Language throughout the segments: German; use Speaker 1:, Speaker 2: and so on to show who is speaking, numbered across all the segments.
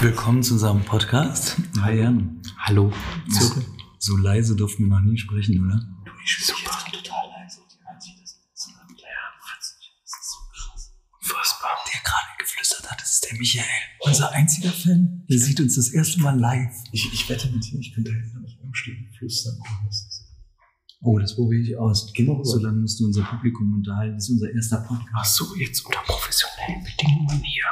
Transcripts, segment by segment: Speaker 1: Willkommen zu unserem Podcast. Hi Jan.
Speaker 2: Hallo.
Speaker 1: So, so leise durften wir noch nie sprechen, oder?
Speaker 2: Super.
Speaker 1: Unfassbar. Der gerade geflüstert hat, das ist der Michael. Unser einziger Fan. Der sieht uns das erste Mal live.
Speaker 3: Ich, ich wette mit dir, ich könnte hinten nicht rumstehen und flüstern.
Speaker 1: Oh, das probiere ich aus. Geh mal rüber. So lange musst du unser Publikum unterhalten. Das ist unser erster
Speaker 2: Ach
Speaker 1: Podcast.
Speaker 2: so, jetzt unter professionellen Bedingungen hier.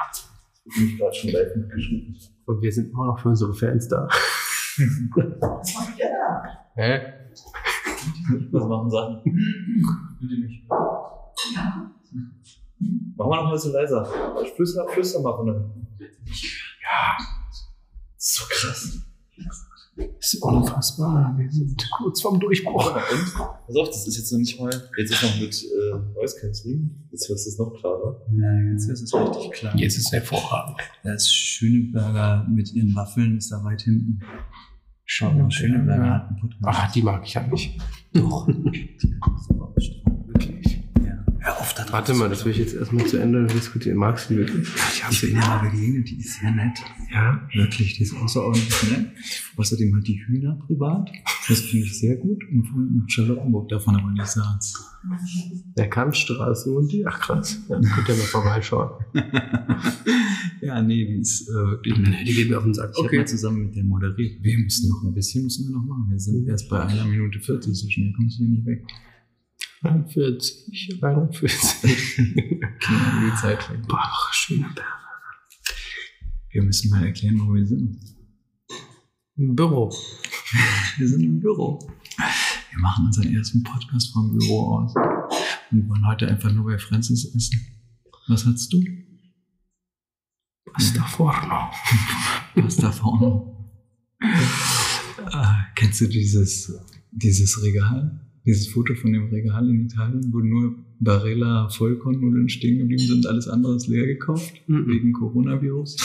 Speaker 3: Ich bin gerade schon live mitgeschnitten.
Speaker 2: Und wir sind immer noch für unsere Fans da. Hä?
Speaker 1: Was machen Sachen?
Speaker 3: Bitte mich. Machen wir noch mal so leiser. Flüster, flüster machen. Ne?
Speaker 2: Ja,
Speaker 3: So krass.
Speaker 2: ist unfassbar. Wir sind kurz vorm Durchbruch.
Speaker 3: Und, pass auf, das ist jetzt noch nicht mal. Jetzt ist noch mit äh, Voice Canceling. Jetzt wirst du es noch klarer.
Speaker 1: Nein, jetzt ist es richtig klar.
Speaker 2: Jetzt ist hervorragend.
Speaker 1: Das Schöneberger mit ihren Waffeln ist da weit hinten. Schau mal, Schöneberger hat einen Podcast.
Speaker 2: Ach, die mag ich ja nicht.
Speaker 1: doch. Wirklich? Ja. Hör auf, da drauf
Speaker 2: Warte
Speaker 1: zu
Speaker 2: mal, das will ich jetzt erstmal zu Ende diskutieren. Magst du die wirklich? Ich
Speaker 1: Ich
Speaker 2: hasse
Speaker 1: bin
Speaker 2: ihn.
Speaker 1: ihr mal begegnet, die ist sehr nett.
Speaker 2: Ja.
Speaker 1: Wirklich, die ist außerordentlich nett. Außerdem hat die Hühner privat. Das finde ich sehr gut. Und vorhin in Charlottenburg davon aber nicht sagen.
Speaker 2: Der Kantstraße und die. Ach krass. Ja, könnt ihr mal vorbeischauen.
Speaker 1: ja, nee, die ist äh, wirklich nett.
Speaker 2: Die geht mir auf den Sack.
Speaker 1: Ich habe mal zusammen mit der moderiert. Wir müssen noch ein bisschen, müssen wir noch machen. Wir sind erst bei einer Minute 40, so schnell kommst du hier nicht weg.
Speaker 2: 41, 41.
Speaker 1: Kinder, die Zeit vergeht.
Speaker 2: Boah, schöner Berg.
Speaker 1: Wir müssen mal erklären, wo wir sind.
Speaker 2: Im Büro.
Speaker 1: Wir sind im Büro. Wir machen unseren ersten Podcast vom Büro aus und wollen heute einfach nur bei Francis essen. Was hast du?
Speaker 2: Was da vorne?
Speaker 1: Was da vorne? ah, kennst du dieses, dieses Regal? Dieses Foto von dem Regal in Italien, wo nur Barilla Vollkornnudeln stehen geblieben sind, alles andere ist leer gekauft,
Speaker 2: Mhm.
Speaker 1: wegen Coronavirus.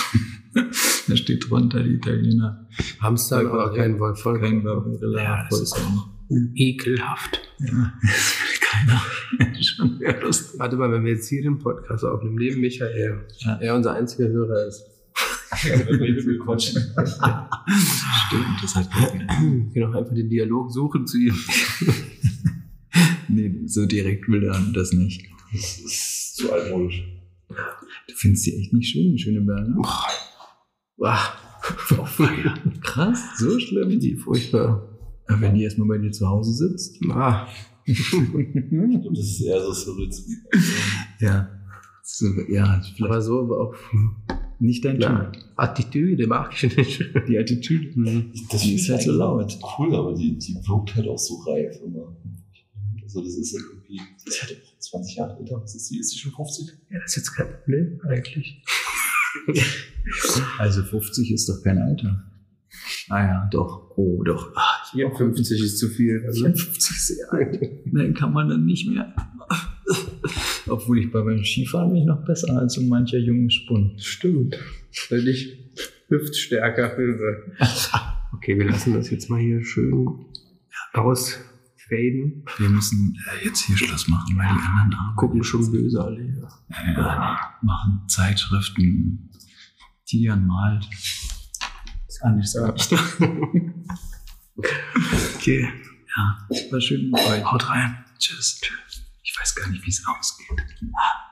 Speaker 1: da steht drunter die Italiener.
Speaker 2: Hamster
Speaker 1: Vollkorn-
Speaker 2: oder kein Wolf voll.
Speaker 1: Kein Barilla
Speaker 2: Ja, das ist
Speaker 1: Vollkorn.
Speaker 2: Ekelhaft.
Speaker 1: Ja, das will keiner. Schon sehr lustig.
Speaker 2: Warte mal, wenn wir jetzt hier den Podcast aufnehmen, neben Michael,
Speaker 1: Ja.
Speaker 2: der unser einziger Hörer ist.
Speaker 3: Also, wenn wir übel quatschen.
Speaker 1: Stimmt, das hat keiner.
Speaker 2: Wir können auch einfach den Dialog suchen zu ihm.
Speaker 1: Nee, so direkt will er das nicht.
Speaker 3: Das ist zu altmodisch.
Speaker 1: Du findest die echt nicht schön, die schöne Berge.
Speaker 2: Ah, Boah.
Speaker 1: Krass, so schlimm.
Speaker 2: oh Die furchtbar.
Speaker 1: Aber wenn die erstmal bei dir zu Hause sitzt.
Speaker 2: Ah,
Speaker 3: Ich glaub, Das ist eher so Surritz.
Speaker 1: ja. So, ja, ist vielleicht
Speaker 2: aber so aber auch
Speaker 1: nicht dein
Speaker 2: na,
Speaker 1: Typ.
Speaker 2: Attitüde mag ich nicht.
Speaker 1: Die Attitüde.
Speaker 2: Hm.
Speaker 3: Das
Speaker 1: Die
Speaker 3: finde
Speaker 1: ist
Speaker 3: ich
Speaker 1: halt so
Speaker 3: eigentlich
Speaker 1: laut.
Speaker 3: Cool, aber die, die wirkt halt auch so reif immer. Also, das ist halt irgendwie. Die ist halt auch 20 Jahre älter. Was ist die? Ist die schon 50?
Speaker 2: Ja, das ist jetzt kein Problem eigentlich.
Speaker 1: Also 50 ist doch kein Alter. Ah ja, doch. Oh, doch. Ah,
Speaker 2: 54 ist zu viel. Also.
Speaker 1: 50 ist ja alt. Nein, kann man dann nicht mehr. Obwohl ich bei meinem Skifahren bin ich noch besser als so mancher junge Spund.
Speaker 2: Stimmt. Weil ich hüftstärker höre. Okay, wir lassen das jetzt mal hier schön ausfaden.
Speaker 1: Wir müssen äh, jetzt hier Schluss machen, weil die anderen arbeiten.
Speaker 2: Gucken schon böse alle hier.
Speaker 1: Ja, machen Zeitschriften. Tian malt. Das kann ich sagen.
Speaker 2: Okay,
Speaker 1: Ja, war schön mit euch.
Speaker 2: haut rein.
Speaker 1: Tschüss. Ich weiß gar nicht, wie es ausgeht. Ah,